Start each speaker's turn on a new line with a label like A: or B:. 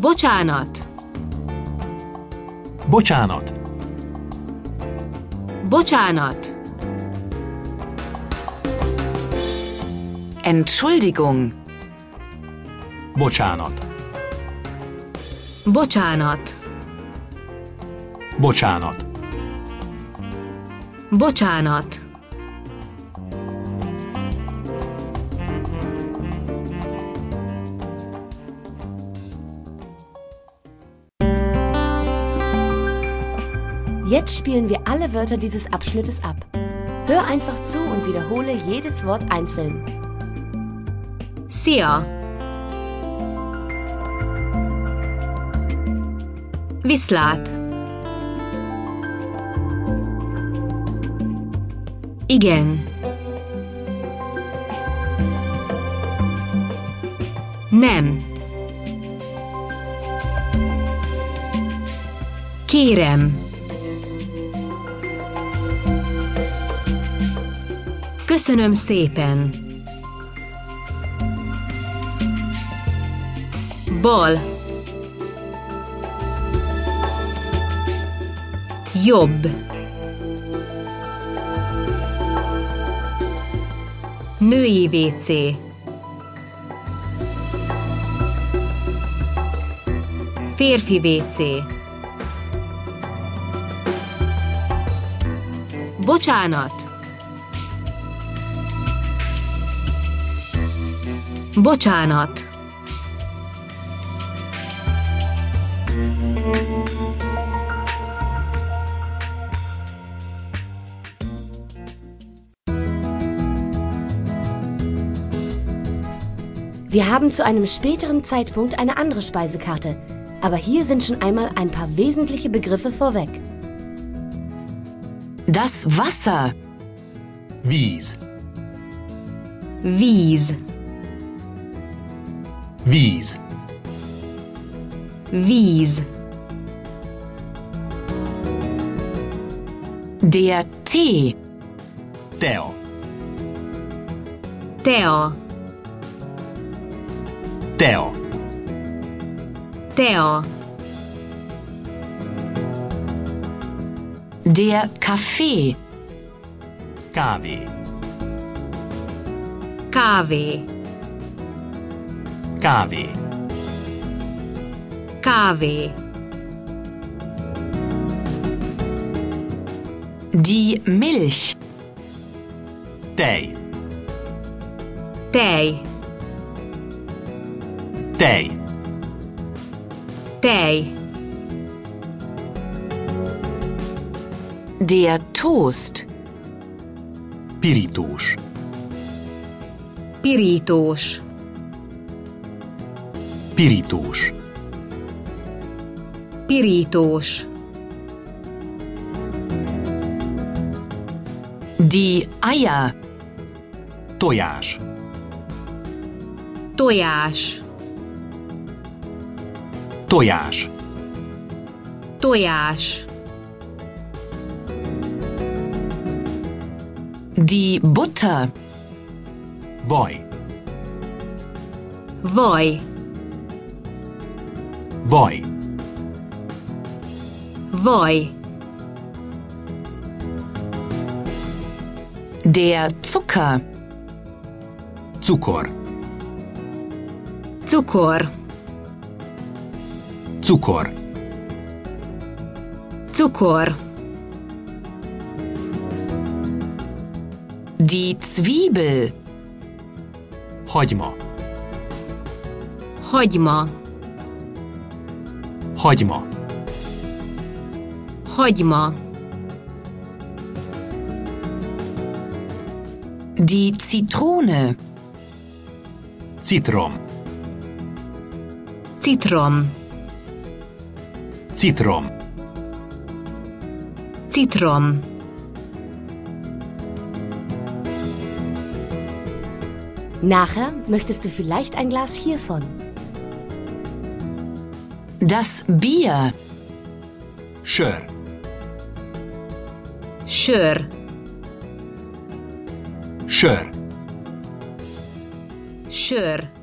A: Bocsánat,
B: Bocsánat.
A: bocsánat. Entschuldigung,
B: Bocsánat.
A: bocsánat,
B: Bocsánat.
A: bocsánat.
C: Jetzt spielen wir alle Wörter dieses Abschnittes ab. Hör einfach zu und wiederhole jedes Wort einzeln.
A: Szia! Viszlát! Igen. Nem. Kérem. Köszönöm szépen. Bal. Jobb. Női WC. Férfi WC. Bocsánat. Bocsánat.
C: Wir haben zu einem späteren Zeitpunkt eine andere Speisekarte, aber hier sind schon einmal ein paar wesentliche Begriffe vorweg.
A: Das Wasser.
B: Víz.
A: Víz.
B: Víz.
A: Víz. Der Tee.
B: Tea.
A: Tea.
B: Tea.
A: Tea. Der Kaffee.
B: Kávé.
A: Kávé.
B: Kávé.
A: Kávé. Die Milch.
B: Tej.
A: Tej.
B: Tej.
A: Tej. Der Toast.
B: Pirítós.
A: Pirítós.
B: Pirítós.
A: Pirítós. Die Eier.
B: Tojás.
A: Tojás.
B: Tojás.
A: Tojás. Die Butter.
B: Vaj.
A: Vaj.
B: Vaj.
A: Vaj. Der Zucker.
B: Cukor.
A: Cukor.
B: Cukor.
A: Cukor. Die Zwiebel.
B: Hagyma.
A: Hagyma.
B: Hagyma.
A: Hagyma. Die Zitrone.
B: Citrom.
A: Citrom.
B: Citrom.
A: Citrom.
C: Nachher möchtest du vielleicht ein Glas hiervon.
A: Das Bier.
B: Sör.
A: Sör.
B: Sör.
A: Sör.